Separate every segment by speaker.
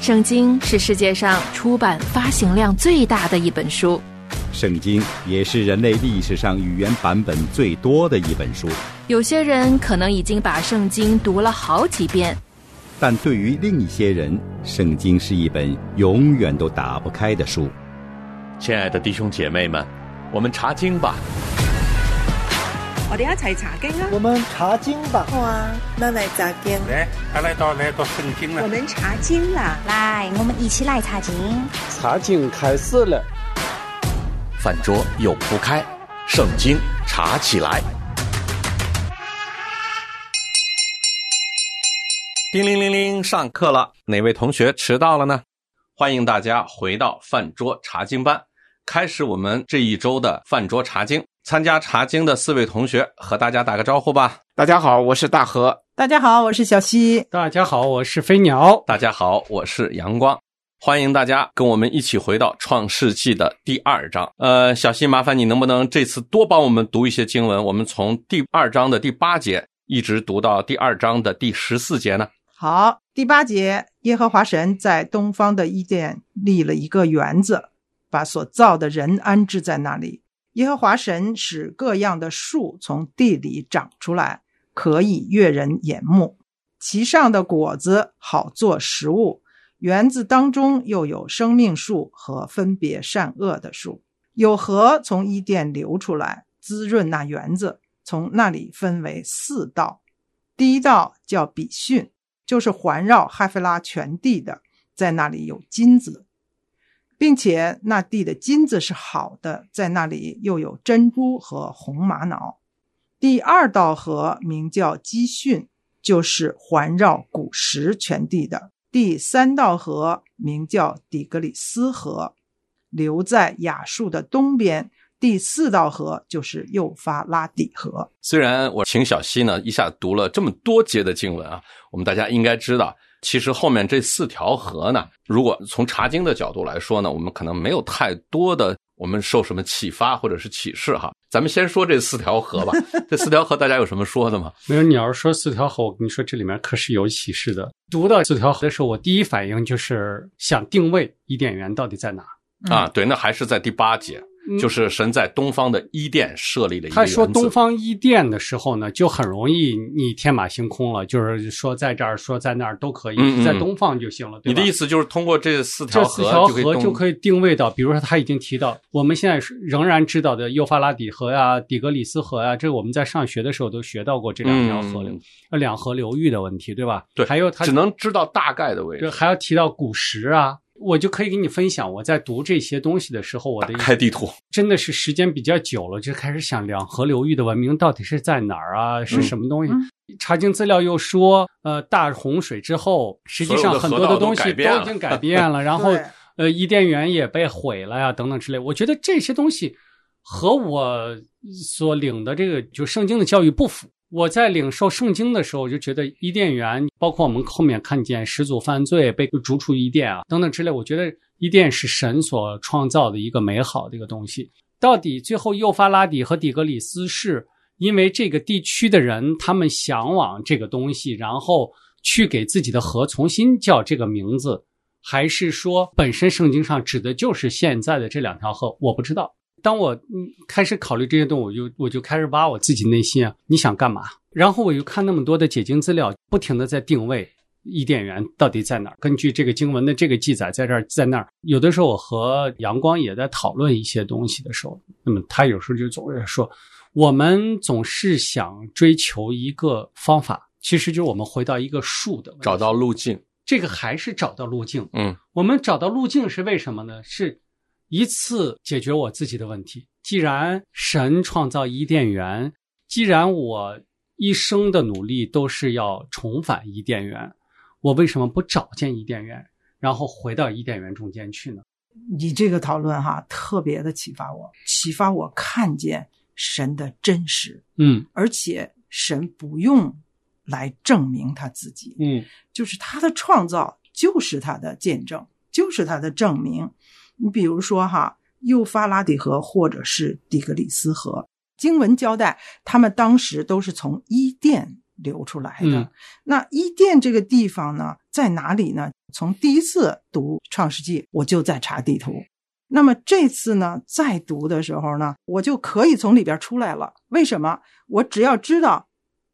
Speaker 1: 圣经是世界上出版发行量最大的一本书，
Speaker 2: 圣经也是人类历史上语言版本最多的一本书，
Speaker 1: 有些人可能已经把圣经读了好几遍，
Speaker 2: 但对于另一些人，圣经是一本永远都打不开的书。
Speaker 3: 亲爱的弟兄姐妹们，我们查经吧。
Speaker 4: 我哋一齊查經啊！
Speaker 5: 我们查经吧，
Speaker 3: 啊
Speaker 6: 哇，那来咋编？
Speaker 7: 来，阿拉到来到圣经
Speaker 4: 我
Speaker 7: 了。
Speaker 4: 們查經啦，
Speaker 8: 来，我们一起来查经。
Speaker 5: 查经开始了。
Speaker 3: 饭桌又铺开，圣经查起来。叮铃铃铃，上课了！哪位同学迟到了呢？欢迎大家回到饭桌查经班，开始我们这一周的饭桌查经。参加查经的四位同学和大家打个招呼吧。
Speaker 9: 大家好，我是大河。
Speaker 10: 大家好，我是小溪。
Speaker 5: 大家好，我是飞鸟。
Speaker 3: 大家好，我是阳光，欢迎大家跟我们一起回到《创世纪》的第二章。呃，小新，麻烦你能不能这次多帮我们读一些经文？我们从第二章的第八节一直读到第二章的第十四节呢？
Speaker 10: 好，第八节，耶和华神在东方的伊甸立了一个园子，把所造的人安置在那里。耶和华神使各样的树从地里长出来，可以悦人眼目，其上的果子好做食物。园子当中又有生命树和分别善恶的树。有河从伊甸流出来，滋润那园子。从那里分为四道，第一道叫比逊，就是环绕哈菲拉全地的，在那里有金子，并且那地的金子是好的，在那里又有珍珠和红玛瑙。第二道河名叫基训，就是环绕古时全地的。第三道河名叫底格里斯河，流在雅述的东边。第四道河就是幼发拉底河。
Speaker 3: 虽然我请小溪呢一下读了这么多节的经文啊，我们大家应该知道，其实后面这四条河呢，如果从查经的角度来说呢，我们可能没有太多的我们受什么启发或者是启示哈。咱们先说这四条河 吧，这四条河大家有什么说的吗？
Speaker 11: 没有，你要是说四条河，我跟你说这里面可是有启示的。读到四条河的时候，我第一反应就是想定位伊甸园到底在哪儿。
Speaker 3: 啊，对，那还是在第八节，
Speaker 11: 嗯
Speaker 3: 就是神在东方的伊甸设立了一个
Speaker 11: 他
Speaker 3: 园子。
Speaker 11: 说东方伊甸的时候呢，就很容易你天马行空了，就是说在这儿说在那儿都可以，
Speaker 3: 嗯嗯
Speaker 11: 在东方就行了，对
Speaker 3: 你
Speaker 11: 吧？
Speaker 3: 的意思就是通过这四条
Speaker 11: 这
Speaker 3: 河
Speaker 11: 四条
Speaker 3: 就可以
Speaker 11: 河
Speaker 3: 动
Speaker 11: 就可以定位到，比如说他已经提到，我们现在是仍然知道的幼发拉底河呀、底格里斯河呀，这我们在上学的时候都学到过这两条河流、
Speaker 3: 嗯
Speaker 11: 呃两河流域的问题，对吧？
Speaker 3: 对，
Speaker 11: 还有他
Speaker 3: 只能知道大概的位
Speaker 11: 对，
Speaker 3: 置。
Speaker 11: 还要提到古时啊，我就可以给你分享我在读这些东西的时候，我
Speaker 3: 打
Speaker 11: 的一
Speaker 3: 开地图，
Speaker 11: 真的是时间比较久了，就开始想两河流域的文明到底是在哪儿啊？是什么东西？
Speaker 10: 嗯
Speaker 11: 查经资料又说，呃，大洪水之后，实际上很多的东西都已经改变了，然后
Speaker 10: 对
Speaker 11: 呃，伊甸园也被毁了呀，等等之类。我觉得这些东西和我所领的这个就圣经的教育不符。我在领受圣经的时候，我就觉得伊甸园，包括我们后面看见始祖犯罪被逐出伊甸啊，等等之类，我觉得伊甸是神所创造的一个美好的一个东西。到底最后幼发拉底和底格里斯是因为这个地区的人他们向往这个东西，然后去给自己的河重新叫这个名字，还是说本身圣经上指的就是现在的这两条河？我不知道。当我嗯开始考虑这些东西，我就我就开始挖我自己内心啊，你想干嘛？然后我又看那么多的解经资料，不停的在定位伊甸园到底在哪儿。根据这个经文的这个记载，在这儿在那儿。有的时候我和阳光也在讨论一些东西的时候，那么他有时候就总是说，我们总是想追求一个方法，其实就是我们回到一个树的问题
Speaker 3: 找到路径。
Speaker 11: 这个还是找到路径。
Speaker 3: 嗯，
Speaker 11: 我们找到路径是为什么呢？是一次解决我自己的问题。既然神创造伊甸园，既然我一生的努力都是要重返伊甸园，我为什么不找见伊甸园，然后回到伊甸园中间去呢？
Speaker 10: 你这个讨论哈，特别的启发我，启发我看见神的真实，
Speaker 11: 嗯
Speaker 10: 而且神不用来证明他自己，
Speaker 11: 嗯
Speaker 10: 就是他的创造就是他的见证，就是他的证明。你比如说哈，幼发拉底河或者是底格里斯河，经文交代他们当时都是从伊甸流出来的。
Speaker 11: 嗯
Speaker 10: 那伊甸这个地方呢，在哪里呢？从第一次读《创世纪》，我就在查地图。那么这次呢，再读的时候呢，我就可以从里边出来了。为什么？我只要知道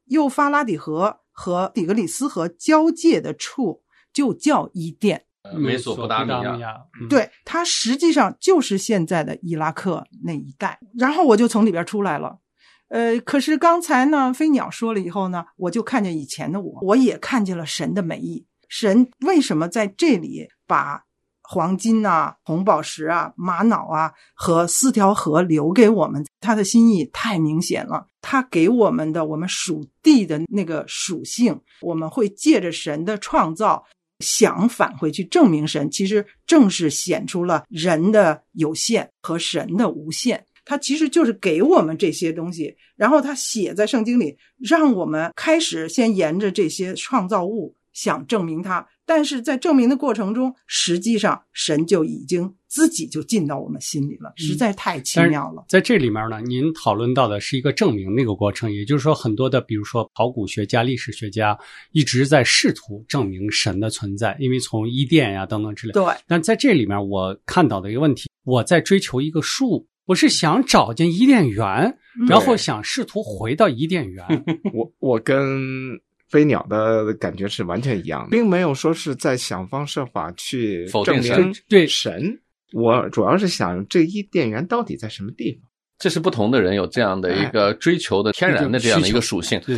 Speaker 10: 幼发拉底河和底格里斯河交界的处就叫伊甸，
Speaker 3: 呃美索不达米
Speaker 11: 亚，
Speaker 3: 亚，
Speaker 11: 嗯，
Speaker 10: 对，它实际上就是现在的伊拉克那一带。然后我就从里边出来了。呃，可是刚才呢，飞鸟说了以后呢，我就看见以前的我，我也看见了神的美意。神为什么在这里把黄金啊、红宝石啊、玛瑙啊和四条河留给我们？他的心意太明显了。他给我们的我们属地的那个属性，我们会借着神的创造，想返回去证明神，其实正是显出了人的有限和神的无限。它其实就是给我们这些东西，然后它写在圣经里，让我们开始先沿着这些创造物想证明它。但是在证明的过程中，实际上神就已经自己就进到我们心里了，实在太奇
Speaker 11: 嗯但是
Speaker 10: 妙了。
Speaker 11: 在这里面呢，您讨论到的是一个证明那个过程，也就是说，很多的比如说考古学家、历史学家一直在试图证明神的存在，因为从伊甸呀、等等之类的。
Speaker 10: 对，
Speaker 11: 但在这里面，我看到的一个问题，我在追求一个树，我是想找进伊甸园，然后想试图回到伊甸园。
Speaker 9: 我我跟飞鸟的感觉是完全一样的，并没有说是在想方设法去
Speaker 3: 否
Speaker 9: 证
Speaker 3: 定
Speaker 9: 明
Speaker 11: 神对
Speaker 9: 神。我主要是想这一电源到底在什么地方？
Speaker 3: 这是不同的人有这样的一个追求的天然哎的这样的一个属性。
Speaker 11: 对，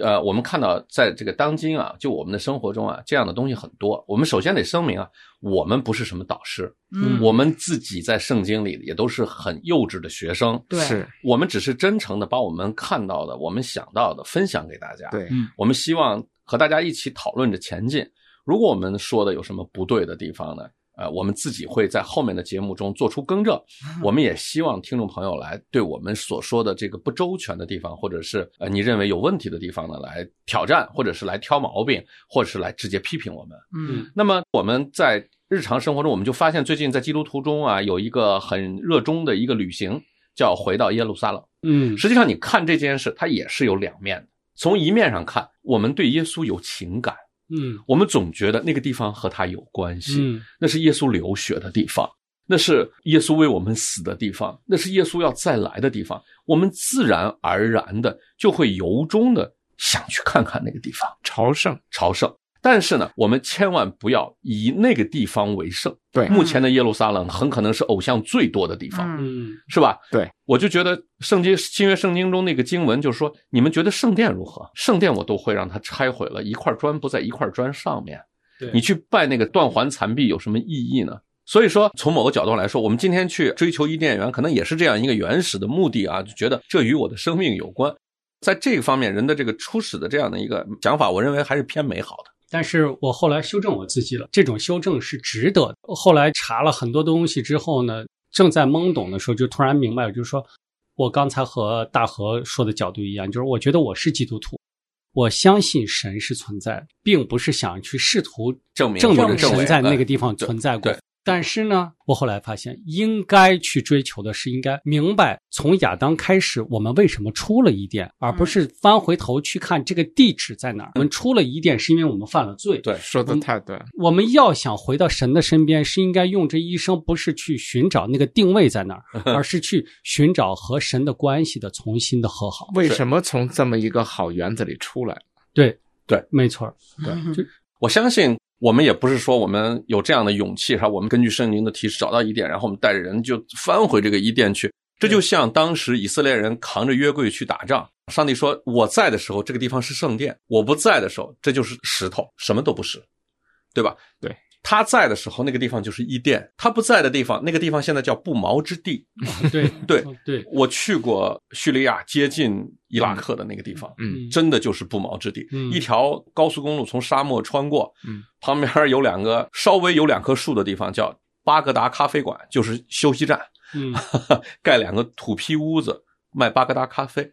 Speaker 3: 呃，我们看到在这个当今啊，就我们的生活中啊，这样的东西很多。我们首先得声明啊，我们不是什么导师，
Speaker 10: 嗯
Speaker 3: 我们自己在圣经里也都是很幼稚的学生，
Speaker 10: 对
Speaker 9: 是
Speaker 3: 我们只是真诚的把我们看到的、我们想到的分享给大家。
Speaker 9: 对
Speaker 11: 嗯
Speaker 3: 我们希望和大家一起讨论着前进。如果我们说的有什么不对的地方呢？呃，我们自己会在后面的节目中做出更正。
Speaker 10: 啊
Speaker 3: 我们也希望听众朋友来对我们所说的这个不周全的地方，或者是呃你认为有问题的地方呢，来挑战，或者是来挑毛病，或者是来直接批评我们。
Speaker 10: 嗯
Speaker 3: 那么我们在日常生活中，我们就发现最近在基督徒中啊，有一个很热衷的一个旅行，叫回到耶路撒冷。
Speaker 11: 嗯，
Speaker 3: 实际上，你看这件事，它也是有两面的。从一面上看，我们对耶稣有情感，
Speaker 11: 嗯
Speaker 3: 我们总觉得那个地方和他有关系，
Speaker 11: 嗯
Speaker 3: 那是耶稣流血的地方，那是耶稣为我们死的地方，那是耶稣要再来的地方。我们自然而然的就会由衷的想去看看那个地方，
Speaker 9: 朝圣，
Speaker 3: 朝圣。但是呢，我们千万不要以那个地方为圣。
Speaker 9: 对
Speaker 3: 目前的耶路撒冷很可能是偶像最多的地方。
Speaker 10: 嗯
Speaker 11: 嗯
Speaker 3: 是吧？
Speaker 9: 对，
Speaker 3: 我就觉得圣经新约圣经中那个经文就说，你们觉得圣殿如何？圣殿我都会让它拆毁了，一块砖不在一块砖上面。
Speaker 11: 对
Speaker 3: 你去拜那个断环残壁有什么意义呢？所以说，从某个角度来说，我们今天去追求伊甸园，可能也是这样一个原始的目的啊，就觉得这与我的生命有关。在这个方面，人的这个初始的这样的一个想法，我认为还是偏美好的。
Speaker 11: 但是我后来修正我自己了，这种修正是值得的。后来查了很多东西之后呢，正在懵懂的时候，就突然明白了，就是说我刚才和大河说的角度一样，就是我觉得我是基督徒，我相信神是存在的，并不是想去试图
Speaker 3: 证明
Speaker 11: 证
Speaker 3: 或
Speaker 11: 明
Speaker 3: 者证伪
Speaker 11: 神在
Speaker 3: 哎
Speaker 11: 那个地方存在过
Speaker 3: 对对。
Speaker 11: 但是呢，我后来发现，应该去追求的是应该明白从亚当开始，我们为什么出了伊甸，而不
Speaker 3: 嗯
Speaker 11: 是翻回头去看这个地址在哪儿。我们出了伊甸是因为我们犯了罪，
Speaker 3: 对
Speaker 9: 说的太啊对了。
Speaker 11: 我们要想回到神的身边，是应该用这一生不是去寻找那个定位在 哪儿，而是去寻找和神的关系的重新的和好。
Speaker 9: 为什么从这么一个好园子里出来？
Speaker 11: 对
Speaker 3: 对，
Speaker 11: 没错儿。
Speaker 10: 嗯
Speaker 11: 嗯
Speaker 3: 我相信我们也不是说我们有这样的勇气哈，我们根据圣经的提示找到伊甸，然后我们带着人就翻回这个伊甸去。这就像当时以色列人扛着约柜去打仗，上帝说：“我在的时候，这个地方是圣殿；我不在的时候，这就是石头，什么都不是，对吧？”
Speaker 9: 对，
Speaker 3: 他在的时候，那个地方就是伊甸；他不在的地方，那个地方现在叫不毛之地。
Speaker 11: 对
Speaker 3: 对
Speaker 11: 对，
Speaker 3: 我去过叙利亚接近伊拉克的那个地方，
Speaker 9: 嗯
Speaker 3: 真的就是不毛之地，
Speaker 11: 嗯
Speaker 3: 一条高速公路从沙漠穿过，
Speaker 9: 嗯
Speaker 3: 旁边有两个稍微有两棵树的地方叫巴格达咖啡馆，就是休息站，
Speaker 11: 嗯，
Speaker 3: 盖两个土坯屋子卖巴格达咖啡。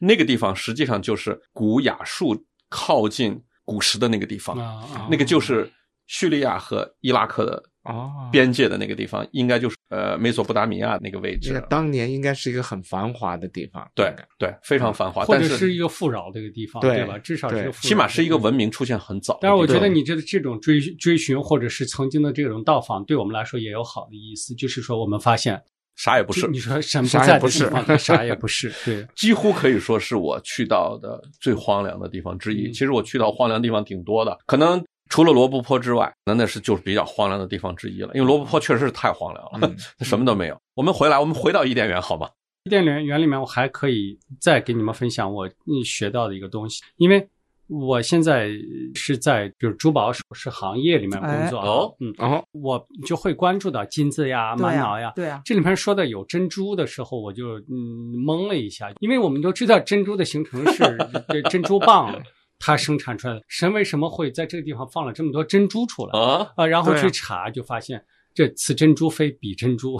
Speaker 3: 那个地方实际上就是古雅树靠近古什的那个地方，
Speaker 11: 啊
Speaker 3: 那个就是叙利亚和伊拉克的
Speaker 9: 哦，
Speaker 3: 边界的那个地方，应该就是呃美索不达米亚那个位置
Speaker 9: 那
Speaker 3: 了。
Speaker 9: 当年应该是一个很繁华的地方，
Speaker 3: 对
Speaker 9: 应该
Speaker 3: 对，非常繁华，
Speaker 11: 或
Speaker 3: 但
Speaker 11: 者
Speaker 3: 是
Speaker 11: 是一个富饶的一个地方，
Speaker 9: 对
Speaker 11: 对吧？至少是
Speaker 9: 对
Speaker 11: 个富饶
Speaker 3: 起码是一个
Speaker 11: 的地方
Speaker 3: 文明出现很早的地
Speaker 11: 但
Speaker 3: 方。
Speaker 11: 是我觉得
Speaker 9: 对
Speaker 11: 你这这种追追寻，或者是曾经的这种到访，对我们来说也有好的意思，就是说我们发现
Speaker 3: 啥也不是
Speaker 11: 就你，说什么
Speaker 9: 啥也
Speaker 11: 在
Speaker 9: 不
Speaker 11: 的
Speaker 9: 是
Speaker 11: 地方，对啥也不是，对，
Speaker 3: 几乎可以说是我去到的最荒凉的地方之一。
Speaker 11: 嗯
Speaker 3: 其实我去到荒凉地方挺多的，可能除了罗布泊之外，那那是就是比较荒凉的地方之一了。因为罗布泊确实是太荒凉了
Speaker 9: 嗯，
Speaker 3: 什么都没有。我们回来，我们回到伊甸园好吗？
Speaker 11: 伊甸园园里面，我还可以再给你们分享我嗯学到的一个东西，因为我现在是在就是珠宝首饰行业里面工作啊，
Speaker 3: 哎哦
Speaker 11: 嗯，
Speaker 9: 哦，
Speaker 11: 我就会关注到金子呀、
Speaker 10: 对
Speaker 11: 玛
Speaker 10: 啊
Speaker 11: 瑙呀。
Speaker 10: 对啊，
Speaker 11: 这里面说的有珍珠的时候，我就嗯懵了一下，因为我们都知道珍珠的形成是 对珍珠蚌它生产出来的，神为什么会在这个地方放了这么多珍珠出来？
Speaker 3: 啊，
Speaker 11: 啊，然后
Speaker 9: 对啊
Speaker 11: 去查就发现这此珍珠非彼 珍珠。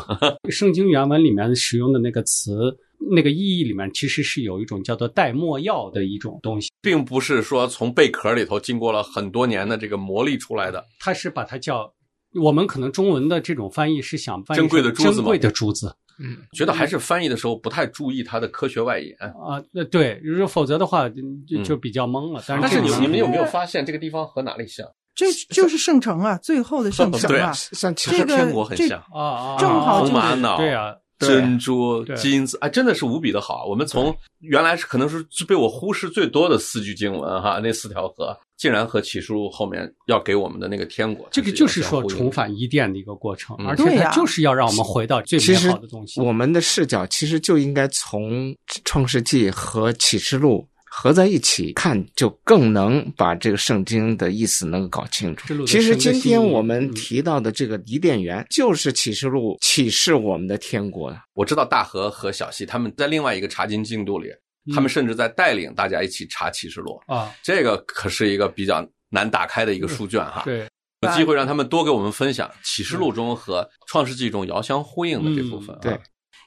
Speaker 11: 圣经原文里面使用的那个词，那个意义里面其实是有一种叫做代墨药的一种东西，
Speaker 3: 并不是说从贝壳里头经过了很多年的这个磨砺出来的。
Speaker 11: 它是把它叫。我们可能中文的这种翻译是想翻译
Speaker 3: 珍贵
Speaker 11: 成
Speaker 3: 的珠子
Speaker 11: 珍
Speaker 3: 吗
Speaker 11: 贵的珠子
Speaker 9: 嗯，
Speaker 3: 觉得还是翻译的时候不太注意它的科学外延。
Speaker 11: 啊，那对，如果否则的话就
Speaker 3: 嗯
Speaker 11: 就比较懵了。但
Speaker 3: 但是
Speaker 11: 这
Speaker 3: 你
Speaker 11: 个
Speaker 3: 你们有没有发现这个地方和哪里像？
Speaker 10: 这就是圣城啊，最后的圣 城
Speaker 3: 对
Speaker 10: 啊
Speaker 3: 啊，
Speaker 9: 像其
Speaker 10: 这
Speaker 9: 实
Speaker 10: 个
Speaker 3: 天国很
Speaker 10: 这
Speaker 3: 像。
Speaker 11: 啊啊，
Speaker 10: 正好
Speaker 11: 啊
Speaker 10: 就
Speaker 3: 玛瑙、
Speaker 11: 对啊，
Speaker 9: 对
Speaker 3: 珍珠
Speaker 11: 对、
Speaker 3: 金子，哎，真的是无比的好。我们从原来是可能是被我忽视最多的四句经文哈，那四条河竟然和启示录后面要给我们的那个天国，
Speaker 11: 这个
Speaker 3: 就
Speaker 11: 就是说重返伊甸的一个过程，
Speaker 3: 嗯
Speaker 11: 而且
Speaker 10: 对
Speaker 11: 它
Speaker 10: 呀
Speaker 11: 就是要让我们回到最
Speaker 9: 其
Speaker 11: 美
Speaker 9: 实
Speaker 11: 好的东西。
Speaker 9: 我们的视角其实就应该从《创世纪》和《启示录》合在一起看，就更能把这个圣经的意思能够搞清
Speaker 11: 之路
Speaker 9: 楚。
Speaker 11: 的
Speaker 9: 其实今天我
Speaker 11: 神
Speaker 9: 们
Speaker 11: 的心意嗯
Speaker 9: 提到的这个伊甸园，就是《启示录》启示我们的天国。
Speaker 3: 我知道大河和小西他们在另外一个查经进度里，
Speaker 11: 嗯
Speaker 3: 他们甚至在带领大家一起查启示录，
Speaker 11: 啊，
Speaker 3: 这个可是一个比较难打开的一个书卷哈。
Speaker 11: 对，
Speaker 3: 有机会让他们多给我们分享启示录中和创世纪中遥相呼应的这部分啊。
Speaker 9: 嗯对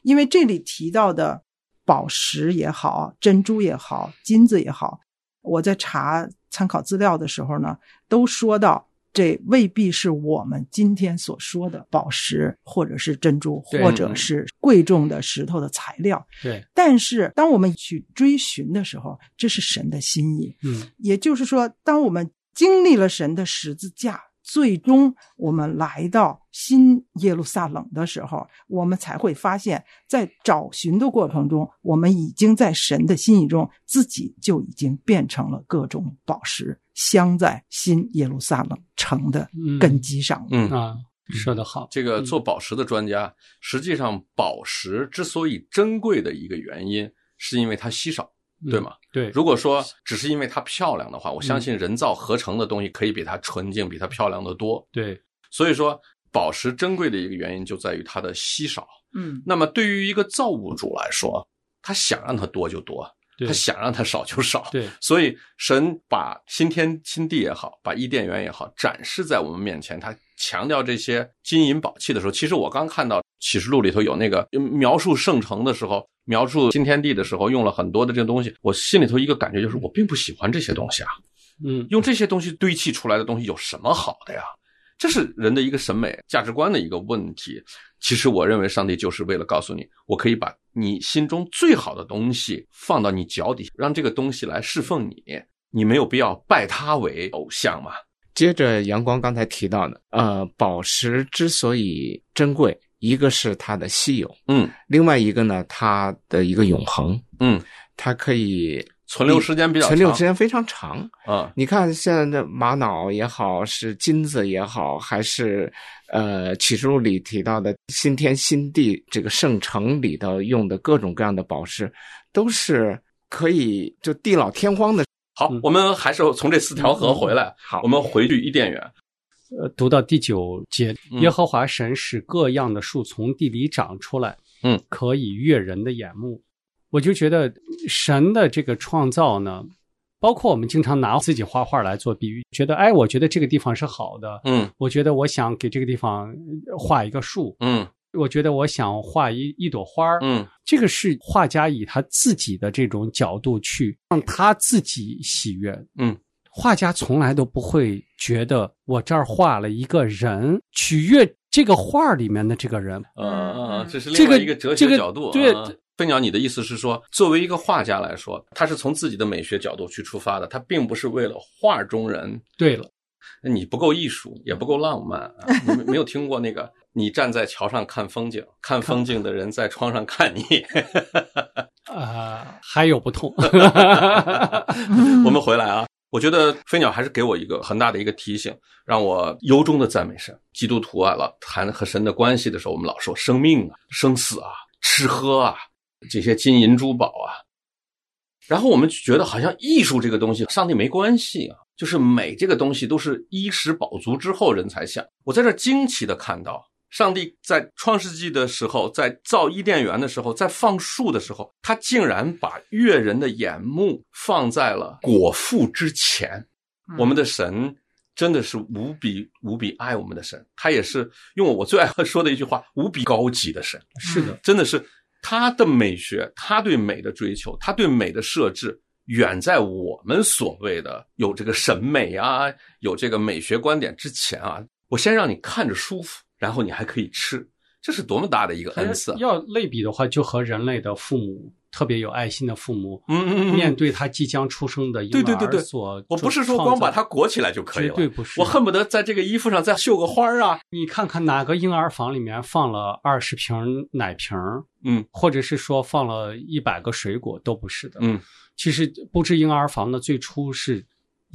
Speaker 10: 因为这里提到的宝石也好，珍珠也好，金子也好，我在查参考资料的时候呢，都说到这未必是我们今天所说的宝石，或者是珍珠，
Speaker 11: 对
Speaker 10: 或者是贵重的石头的材料。
Speaker 11: 对，
Speaker 10: 但是当我们去追寻的时候，这是神的心意。
Speaker 11: 嗯，
Speaker 10: 也就是说，当我们经历了神的十字架，最终我们来到新耶路撒冷的时候，我们才会发现，在找寻的过程中，我们已经在神的心意中，自己就已经变成了各种宝石，镶在新耶路撒冷城的根基上。
Speaker 3: 嗯，
Speaker 11: 啊，说得好，
Speaker 3: 这个做宝石的专家，实际上宝石之所以珍贵的一个原因，是因为它稀少，对吗？
Speaker 11: 嗯对，
Speaker 3: 如果说只是因为它漂亮的话，我相信人造合成的东西可以比它纯净、比它漂亮的多。
Speaker 11: 对，
Speaker 3: 所以说，宝石珍贵的一个原因就在于它的稀少。
Speaker 10: 嗯，
Speaker 3: 那么对于一个造物主来说，他想让它多就多，
Speaker 11: 对
Speaker 3: 他想让它少就少。
Speaker 11: 对，
Speaker 3: 所以神把新天新地也好，把伊甸园也好，展示在我们面前。他强调这些金银宝器的时候，其实我刚看到启示录里头有那个嗯描述圣城的时候，描述新天地的时候，用了很多的这个东西。我心里头一个感觉就是，我并不喜欢这些东西啊，
Speaker 11: 嗯，
Speaker 3: 用这些东西堆砌出来的东西有什么好的呀？这是人的一个审美价值观的一个问题。其实我认为，上帝就是为了告诉你，我可以把你心中最好的东西放到你脚底，让这个东西来侍奉你。你没有必要拜它为偶像嘛？
Speaker 9: 接着阳光刚才提到的，呃，宝石之所以珍贵，一个是它的稀有，
Speaker 3: 嗯，
Speaker 9: 另外一个呢，它的一个永恒，
Speaker 3: 嗯，
Speaker 9: 它可以
Speaker 3: 存留时间比较
Speaker 9: 存留
Speaker 3: 长
Speaker 9: 时间非常长。
Speaker 3: 啊、
Speaker 9: 你看现在的玛瑙也好，是金子也好，还是呃启示录里提到的新天新地这个圣城里头用的各种各样的宝石，都是可以就地老天荒的。嗯
Speaker 3: 好
Speaker 11: 嗯，
Speaker 3: 我们还是从这四条河回来，
Speaker 9: 好，
Speaker 3: 我们回去伊甸园。
Speaker 11: 呃，读到第九节，
Speaker 3: 嗯
Speaker 11: 耶和华神使各样的树从地里长出来，
Speaker 3: 嗯，
Speaker 11: 可以悦人的眼目。我就觉得神的这个创造呢，包括我们经常拿自己画画来做比喻，觉得哎，我觉得这个地方是好的，
Speaker 3: 嗯
Speaker 11: 我觉得我想给这个地方呃画一个树，
Speaker 3: 嗯
Speaker 11: 我觉得我想画一一朵花儿，
Speaker 3: 嗯
Speaker 11: 这个是画家以他自己的这种角度去让他自己喜悦，
Speaker 3: 嗯，
Speaker 11: 画家从来都不会觉得我这儿画了一个人，取悦这个画儿里面的这个人。
Speaker 3: 啊啊，这是
Speaker 11: 这
Speaker 3: 另外
Speaker 11: 个
Speaker 3: 一个哲
Speaker 11: 这
Speaker 3: 学
Speaker 11: 个
Speaker 3: 角度啊。
Speaker 11: 对
Speaker 3: 飞鸟，你的意思是说，作为一个画家来说，他是从自己的美学角度去出发的，他并不是为了画中人。
Speaker 11: 对了，
Speaker 3: 你不够艺术，也不够浪漫啊！你没没有听过那个“你站在桥上看风景，看风景的人在窗上看你”。
Speaker 11: 啊、还有不同。
Speaker 3: 我们回来啊，我觉得飞鸟还是给我一个很大的一个提醒，让我由衷的赞美神。基督徒啊，老谈和神的关系的时候，我们老说生命啊、生死啊、吃喝啊这些金银珠宝啊，然后我们就觉得好像艺术这个东西上帝没关系啊，就是美这个东西都是衣食饱足之后人才想。我在这儿惊奇的看到。上帝在创世纪的时候，在造伊甸园的时候，在放树的时候，他竟然把悦人的眼目放在了果腹之前。我们的神真的是无比无比爱我们的神，他也是用我最爱说的一句话：无比高级的神。
Speaker 11: 是的，
Speaker 3: 真的是他的美学，他对美的追求，他对美的设置，远在我们所谓的有这个审美啊，有这个美学观点之前啊，我先让你看着舒服，然后你还可以吃，这是多么大的一个恩赐啊！
Speaker 11: 要类比的话，就和人类的父母，特别有爱心的父母，
Speaker 3: 嗯嗯嗯
Speaker 11: 面对他即将出生的婴
Speaker 3: 对对对
Speaker 11: 儿
Speaker 3: 对
Speaker 11: 所，
Speaker 3: 我不是说光把它裹起来就可以了，
Speaker 11: 绝对不是。
Speaker 3: 我恨不得在这个衣服上再绣个花儿啊，
Speaker 11: 你看看哪个婴儿房里面放了二十瓶奶瓶儿，
Speaker 3: 嗯
Speaker 11: 或者是说放了一百个水果，都不是的。
Speaker 3: 嗯，
Speaker 11: 其实布置婴儿房的最初是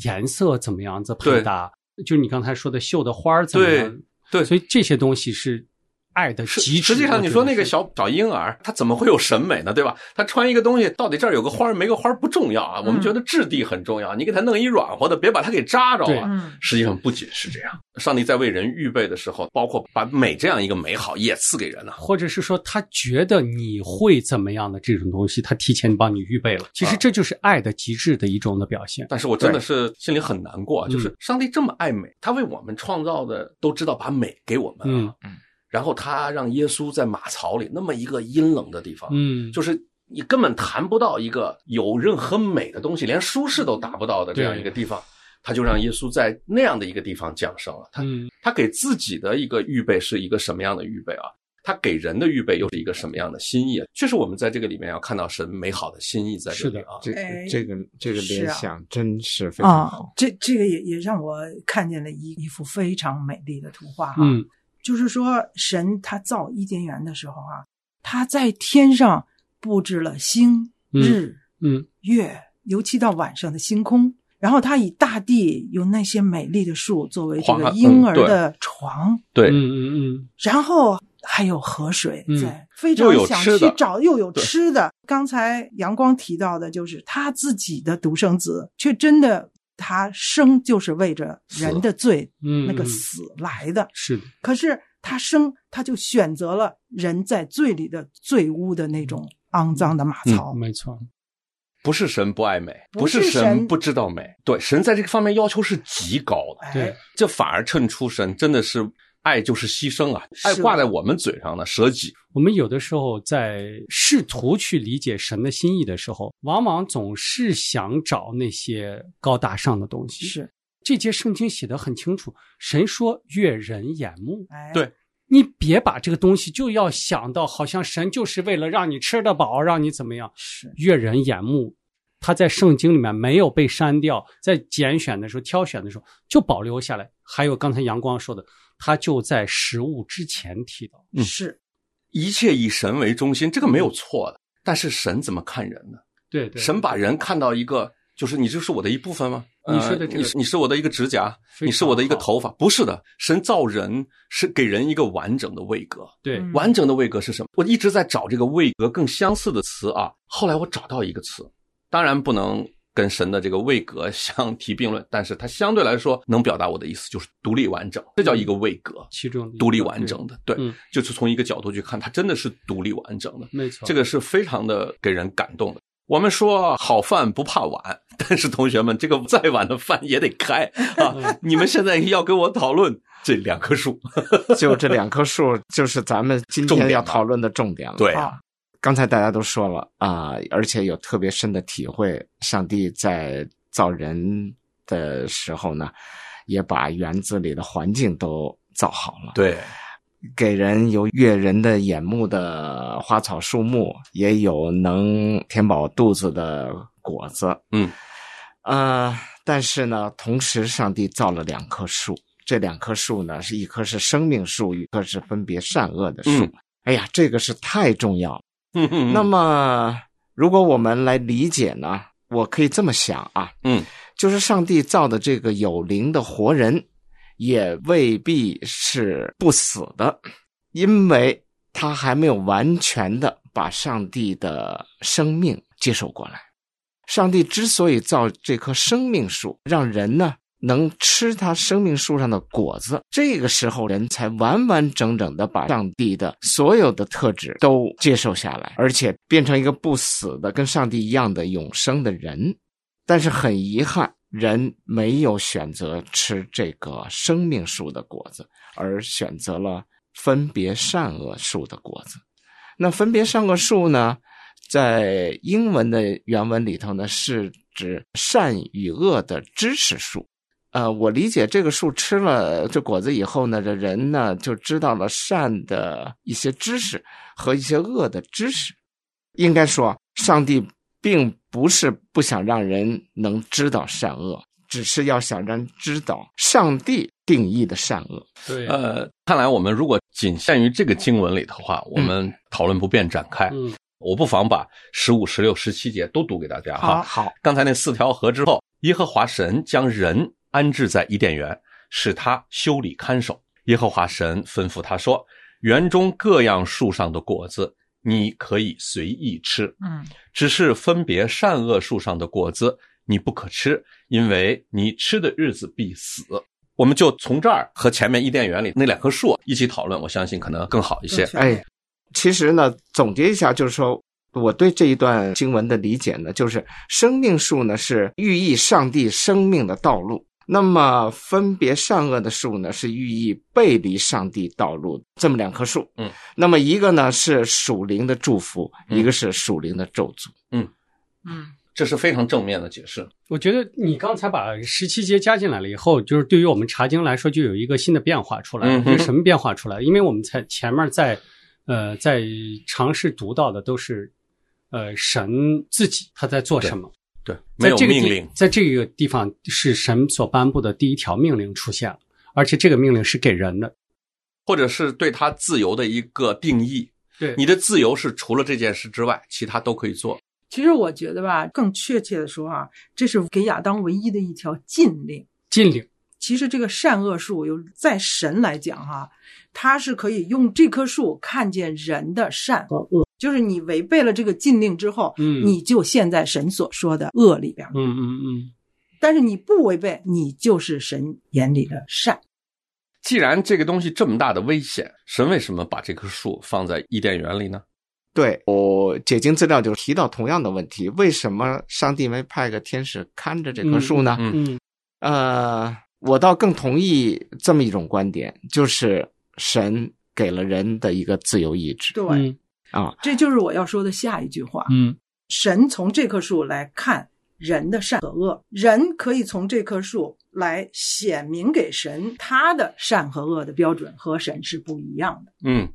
Speaker 11: 颜色怎么样子配搭，就你刚才说的绣的花儿怎么样，
Speaker 3: 对对
Speaker 11: 所以这些东西是爱的
Speaker 3: 实
Speaker 11: 极致。
Speaker 3: 实际上，你说那个
Speaker 11: 我觉得是
Speaker 3: 小小婴儿，他怎么会有审美呢？对吧？他穿一个东西，到底这儿有个花儿没个花儿不重要啊，我们觉得质地很重要。你给他弄一软和的，别把它给扎着
Speaker 11: 对
Speaker 3: 啊。
Speaker 10: 嗯
Speaker 3: 实际上不仅是这样，上帝在为人预备的时候，包括把美这样一个美好也赐给人了、
Speaker 11: 或者是说他觉得你会怎么样的这种东西，他提前帮你预备了。其
Speaker 3: 啊
Speaker 11: 实这就是爱的极致的一种的表现。
Speaker 3: 但是我真的是心里很难过啊，
Speaker 11: 嗯
Speaker 3: 就是上帝这么爱美，他为我们创造的都知道把美给我们
Speaker 11: 嗯
Speaker 3: 了，然后他让耶稣在马槽里那么一个阴冷的地方，
Speaker 11: 嗯，
Speaker 3: 就是你根本谈不到一个有任何美的东西，连舒适都达不到的这样一个地方，他就让耶稣在那样的一个地方降生了。他
Speaker 11: 嗯
Speaker 3: 他给自己的一个预备是一个什么样的预备啊？他给人的预备又是一个什么样的心意啊？确实，我们在这个里面要看到神美好的心意在这里啊。
Speaker 9: 这
Speaker 10: 哎
Speaker 9: 这个这个
Speaker 10: 是
Speaker 9: 联
Speaker 10: 啊
Speaker 9: 想真是非常
Speaker 10: 啊
Speaker 9: 好。，
Speaker 10: 这这个也也让我看见了一一幅非常美丽的图画哈，
Speaker 11: 嗯，
Speaker 10: 就是说神他造伊甸园的时候啊，他在天上布置了星、
Speaker 11: 嗯
Speaker 10: 日、
Speaker 11: 嗯
Speaker 10: 月，尤其到晚上的星空。然后他以大地有那些美丽的树作为这
Speaker 3: 花
Speaker 10: 个
Speaker 3: 嗯
Speaker 10: 婴儿
Speaker 3: 对
Speaker 10: 的床，
Speaker 3: 对
Speaker 11: 嗯嗯
Speaker 10: 然后还有河水
Speaker 11: 嗯
Speaker 10: 在，非常
Speaker 3: 又有
Speaker 10: 想
Speaker 3: 吃
Speaker 10: 去
Speaker 3: 的
Speaker 10: 找，又有
Speaker 3: 对
Speaker 10: 吃的。刚才阳光提到的，就是他自己的独生子，却真的他生就是为着人的罪
Speaker 11: 嗯，
Speaker 10: 那个
Speaker 11: 嗯
Speaker 10: 死来的，
Speaker 11: 是的，
Speaker 10: 可是他生他就选择了人在罪里的罪污的那种肮脏的马槽。
Speaker 11: 没错。
Speaker 3: 不是神不爱美，
Speaker 10: 不是
Speaker 3: 是神
Speaker 10: 神
Speaker 3: 不知道美。对，神在这个方面要求是极高的。
Speaker 11: 对
Speaker 10: 哎，
Speaker 3: 这反而衬出神真的是爱就是牺牲啊，
Speaker 10: 是
Speaker 3: 爱挂在我们嘴上的舍己。
Speaker 11: 我们有的时候在试图去理解神的心意的时候，往往总是想找那些高大上的东西。
Speaker 10: 是，
Speaker 11: 这节圣经写的很清楚，神说悦人眼目。
Speaker 10: 哎，
Speaker 3: 对
Speaker 11: 你别把这个东西就要想到，好像神就是为了让你吃得饱，让你怎么样，
Speaker 10: 是，
Speaker 11: 悦人眼目。它在圣经里面没有被删掉，在拣选的时候、挑选的时候就保留下来。还有刚才阳光说的，它就在食物之前提到。
Speaker 3: 嗯
Speaker 10: 是，
Speaker 3: 一切以神为中心，这个没有错的。但是神怎么看人呢？
Speaker 11: 嗯对对，
Speaker 3: 神把人看到一个，就是你就是我的一部分吗？
Speaker 11: 你
Speaker 3: 呃
Speaker 11: 说的这个
Speaker 3: 你是你是我的一个指甲，
Speaker 11: 非常
Speaker 3: 你是我的一个
Speaker 11: 好
Speaker 3: 头发，不是的。神造人是给人一个完整的位格，
Speaker 11: 对，
Speaker 10: 嗯
Speaker 3: 完整的位格是什么？我一直在找这个位格更相似的词啊，后来我找到一个词，当然不能跟神的这个位格相提并论，但是它相对来说能表达我的意思，就是独立完整，这叫一个位格，
Speaker 11: 其中的一个
Speaker 3: 独立完整的，对
Speaker 11: 嗯，
Speaker 3: 就是从一个角度去看，它真的是独立完整的，
Speaker 11: 没错，
Speaker 3: 这个是非常的给人感动的。我们说好饭不怕晚，但是同学们，这个再晚的饭也得开啊！你们现在要跟我讨论这两棵树，
Speaker 9: 就这两棵树，就是咱们今
Speaker 3: 重
Speaker 9: 天
Speaker 3: 点
Speaker 9: 要
Speaker 3: 了
Speaker 9: 讨论的重点了。
Speaker 3: 对啊
Speaker 10: 啊，
Speaker 9: 刚才大家都说了啊、而且有特别深的体会，上帝在造人的时候呢，也把园子里的环境都造好了。
Speaker 3: 对，
Speaker 9: 给人有悦人的眼目的花草树木，也有能填饱肚子的果子。
Speaker 3: 嗯，
Speaker 9: 呃，但是呢，同时上帝造了两棵树，这两棵树呢，是一棵是生命树，一棵是分别善恶的树。
Speaker 3: 嗯
Speaker 9: 哎呀，这个是太重要了。
Speaker 3: 嗯嗯
Speaker 9: 那么，如果我们来理解呢，我可以这么想啊，
Speaker 3: 嗯，
Speaker 9: 就是上帝造的这个有灵的活人，也未必是不死的，因为他还没有完全的把上帝的生命接受过来。上帝之所以造这棵生命树，让人呢能吃它生命树上的果子，这个时候人才完完整整的把上帝的所有的特质都接受下来，而且变成一个不死的、跟上帝一样的永生的人。但是很遗憾，人没有选择吃这个生命树的果子，而选择了分别善恶树的果子。那分别善恶树呢，在英文的原文里头呢，是指善与恶的知识树。呃，我理解这个树吃了这果子以后呢，这人呢就知道了善的一些知识和一些恶的知识。应该说，上帝并不是不想让人能知道善恶，只是要想让人知道上帝定义的善恶。
Speaker 11: 对，
Speaker 3: 呃，看来我们如果仅限于这个经文里头的话，我们讨论不便展开。
Speaker 11: 嗯，
Speaker 3: 我不妨把十五、十六、十七节都读给大家哈。
Speaker 10: 好
Speaker 9: 好，
Speaker 3: 刚才那四条河之后，耶和华神将人安置在伊甸园，使他修理看守。耶和华神吩咐他说：“园中各样树上的果子，你可以随意吃。
Speaker 10: 嗯，
Speaker 3: 只是分别善恶树上的果子，你不可吃，因为你吃的日子必死。” 我们就从这儿和前面伊甸园里那两棵树一起讨论，我相信可能更好一些。
Speaker 10: 正确
Speaker 9: 哎，其实呢，总结一下，就是说我对这一段经文的理解呢，就是生命树呢是寓意上帝生命的道路，那么分别善恶的树呢是寓意背离上帝道路这么两棵树。
Speaker 3: 嗯，
Speaker 9: 那么一个呢是属灵的祝福，
Speaker 3: 嗯
Speaker 9: 一个是属灵的咒诅。
Speaker 3: 这是非常正面的解释。
Speaker 11: 我觉得你刚才把十七节加进来了以后，就是对于我们查经来说，就有一个新的变化出来了。
Speaker 3: 嗯哼
Speaker 11: 一个什么变化出来？因为我们在前面在呃在尝试读到的都是呃神自己他在做什么，
Speaker 3: 对，没
Speaker 11: 在
Speaker 3: 有
Speaker 11: 这个
Speaker 3: 命
Speaker 11: 地
Speaker 3: 令。
Speaker 11: 在这个地方是神所颁布的第一条命令出现了，而且这个命令是给人的。
Speaker 3: 或者是对他自由的一个定义。
Speaker 11: 对
Speaker 3: 你的自由是除了这件事之外，其他都可以做。
Speaker 10: 其实我觉得吧，更确切的说啊，这是给亚当唯一的一条禁令。
Speaker 11: 禁令，
Speaker 10: 其实这个善恶树，有在神来讲哈、它是可以用这棵树看见人的善和恶，就是你违背了这个禁令之后，
Speaker 11: 嗯
Speaker 10: 你就陷在神所说的恶里边儿；
Speaker 11: 嗯嗯嗯，
Speaker 10: 但是你不违背，你就是神眼里的善。
Speaker 3: 既然这个东西这么大的危险，神为什么把这棵树放在伊甸园里呢？
Speaker 9: 对我解经资料就提到同样的问题，为什么上帝没派个天使看着这棵树呢？
Speaker 3: 嗯
Speaker 11: 嗯
Speaker 9: 呃，我倒更同意这么一种观点，就是神给了人的一个自由意志
Speaker 10: 对，
Speaker 11: 嗯
Speaker 9: 啊。
Speaker 10: 这就是我要说的下一句话。
Speaker 11: 嗯
Speaker 10: 神从这棵树来看人的善和恶，人可以从这棵树来显明给神他的善和恶的标准和神是不一样的。
Speaker 3: 嗯，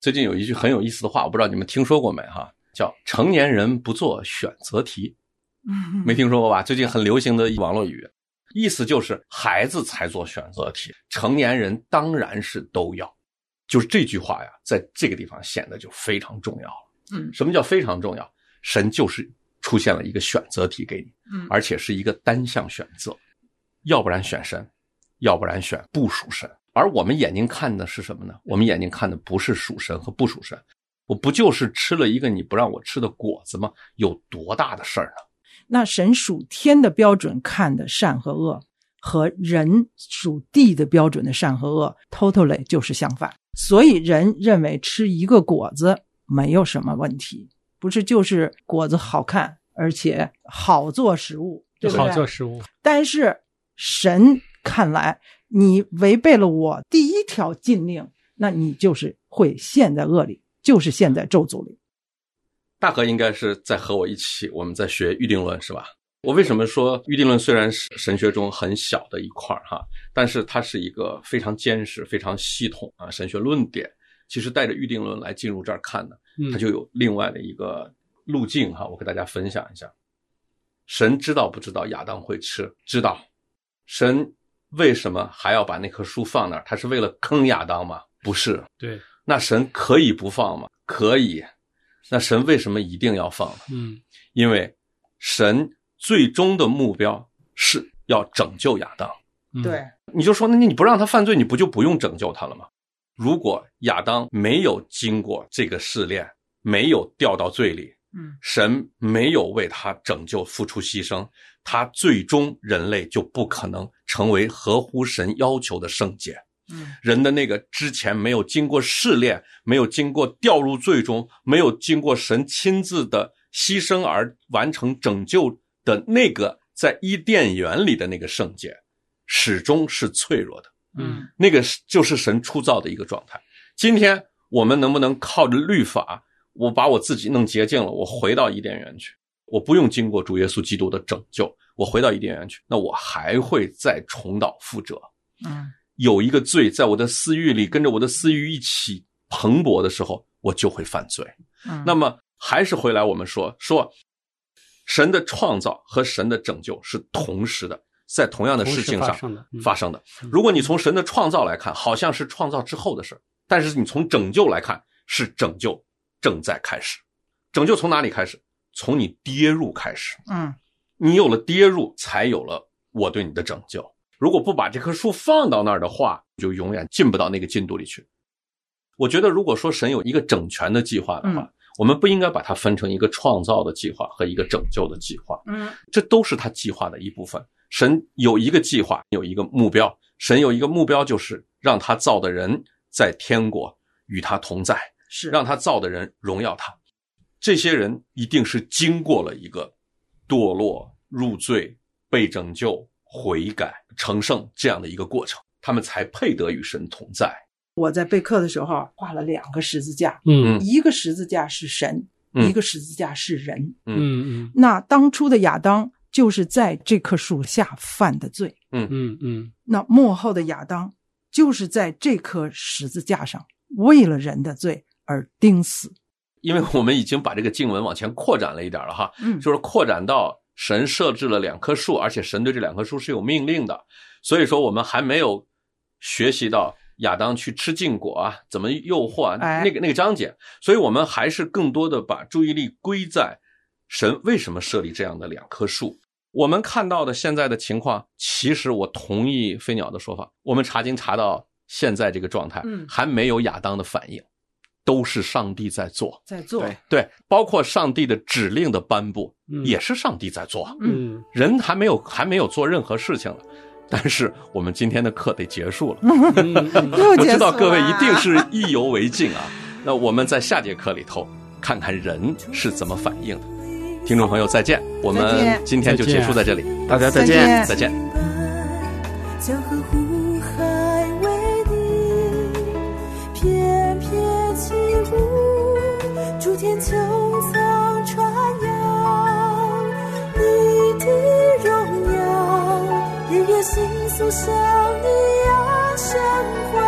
Speaker 3: 最近有一句很有意思的话，我不知道你们听说过没哈、叫“成年人不做选择题”，
Speaker 10: 嗯
Speaker 3: 没听说过吧？最近很流行的网络语，意思就是孩子才做选择题，成年人当然是都要。就是这句话呀，在这个地方显得就非常重要了。
Speaker 10: 嗯
Speaker 3: 什么叫非常重要？神就是出现了一个选择题给你，
Speaker 10: 嗯
Speaker 3: 而且是一个单项选择，要不然选神，要不然选不属神。而我们眼睛看的是什么呢？我们眼睛看的不是属神和不属神，我不就是吃了一个你不让我吃的果子吗？有多大的事儿呢？
Speaker 10: 那神属天的标准看的善和恶，和人属地的标准的善和恶，totally 就是相反。所以人认为吃一个果子没有什么问题，不是就是果子好看，而且好做食物，对不对？
Speaker 11: 嗯好做食物，
Speaker 10: 但是神看来，你违背了我第一条禁令，那你就是会陷在恶里，就是陷在咒诅里。
Speaker 3: 大河应该是在和我一起，我们在学预定论是吧？我为什么说预定论虽然是神学中很小的一块儿哈，但是它是一个非常坚实、非常系统啊神学论点。其实带着预定论来进入这儿看呢，
Speaker 11: 嗯
Speaker 3: 它就有另外的一个路径哈。我给大家分享一下：神知道不知道亚当会吃？知道。神为什么还要把那棵树放那儿？他是为了坑亚当吗？不是。
Speaker 11: 对，
Speaker 3: 那神可以不放吗？可以。那神为什么一定要放呢？
Speaker 11: 嗯，
Speaker 3: 因为神最终的目标是要拯救亚当。
Speaker 11: 嗯
Speaker 10: 对，
Speaker 3: 你就说，那你不让他犯罪，你不就不用拯救他了吗？如果亚当没有经过这个试炼，没有掉到罪里，
Speaker 10: 嗯，
Speaker 3: 神没有为他拯救付出牺牲，他最终人类就不可能成为合乎神要求的圣洁。
Speaker 10: 嗯，
Speaker 3: 人的那个之前没有经过试炼，没有经过掉入最终，没有经过神亲自的牺牲而完成拯救的那个在伊甸园里的那个圣洁，始终是脆弱的。
Speaker 11: 嗯
Speaker 3: 那个是就是神出造的一个状态。今天我们能不能靠着律法，我把我自己弄洁净了，我回到伊甸园去，我不用经过主耶稣基督的拯救，我回到伊甸园去，那我还会再重蹈覆辙。
Speaker 10: 嗯，
Speaker 3: 有一个罪在我的私欲里跟着我的私欲一起蓬勃的时候，我就会犯罪。
Speaker 10: 嗯
Speaker 3: 那么还是回来我们说说，神的创造和神的拯救是同时的，在同样的事情上
Speaker 11: 同时发生的嗯
Speaker 3: 发生的。如果你从神的创造来看，好像是创造之后的事儿但是你从拯救来看，是拯救正在开始。拯救从哪里开始？从你跌入开始。
Speaker 10: 嗯
Speaker 3: 你有了跌入，才有了我对你的拯救。如果不把这棵树放到那儿的话，你就永远进不到那个进度里去。我觉得，如果说神有一个整全的计划的话，
Speaker 10: 嗯
Speaker 3: 我们不应该把它分成一个创造的计划和一个拯救的计划，
Speaker 10: 嗯
Speaker 3: 这都是他计划的一部分。神有一个计划，有一个目标，神有一个目标就是让他造的人在天国与他同在，
Speaker 10: 是
Speaker 3: 让他造的人荣耀他。这些人一定是经过了一个堕落、入罪、被拯救、悔改、成圣这样的一个过程，他们才配得与神同在。
Speaker 10: 我在备课的时候画了两个十字架，
Speaker 11: 嗯
Speaker 10: 一个十字架是神，
Speaker 3: 嗯
Speaker 10: 一个十字架是人。
Speaker 11: 嗯
Speaker 10: 那当初的亚当就是在这棵树下犯的罪，
Speaker 11: 嗯嗯
Speaker 10: 那幕后的亚当就是在这棵十字架上为了人的罪而钉死。
Speaker 3: 因为我们已经把这个经文往前扩展了一点了哈，
Speaker 10: 嗯
Speaker 3: 就是扩展到神设置了两棵树，而且神对这两棵树是有命令的，所以说我们还没有学习到亚当去吃禁果啊，怎么诱惑啊，
Speaker 10: 哎
Speaker 3: 那个那个章节，所以我们还是更多的把注意力归在神为什么设立这样的两棵树。我们看到的现在的情况，其实我同意飞鸟的说法，我们查经查到现在这个状态，
Speaker 10: 嗯
Speaker 3: 还没有亚当的反应，都是上帝在做。
Speaker 10: 在做
Speaker 9: 对
Speaker 3: 对，包括上帝的指令的颁布，
Speaker 11: 嗯
Speaker 3: 也是上帝在做，
Speaker 11: 嗯
Speaker 3: 人还没有还没有做任何事情呢。但是我们今天的课得结束了，
Speaker 11: 嗯嗯
Speaker 10: 又
Speaker 3: 我
Speaker 10: 结
Speaker 3: 知道
Speaker 10: 束
Speaker 3: 各位一
Speaker 10: 啦
Speaker 3: 定是意犹未尽啊。那我们在下节课里头看看人是怎么反应的。听众朋友再见，我
Speaker 10: 再
Speaker 3: 们
Speaker 10: 见
Speaker 3: 今天就结束在这里，
Speaker 9: 大家再
Speaker 10: 再见
Speaker 9: 见。
Speaker 3: 再见。
Speaker 6: 江河湖海为你翩翩起舞，诸天穹苍传扬你的荣耀，日月星宿向你而生辉。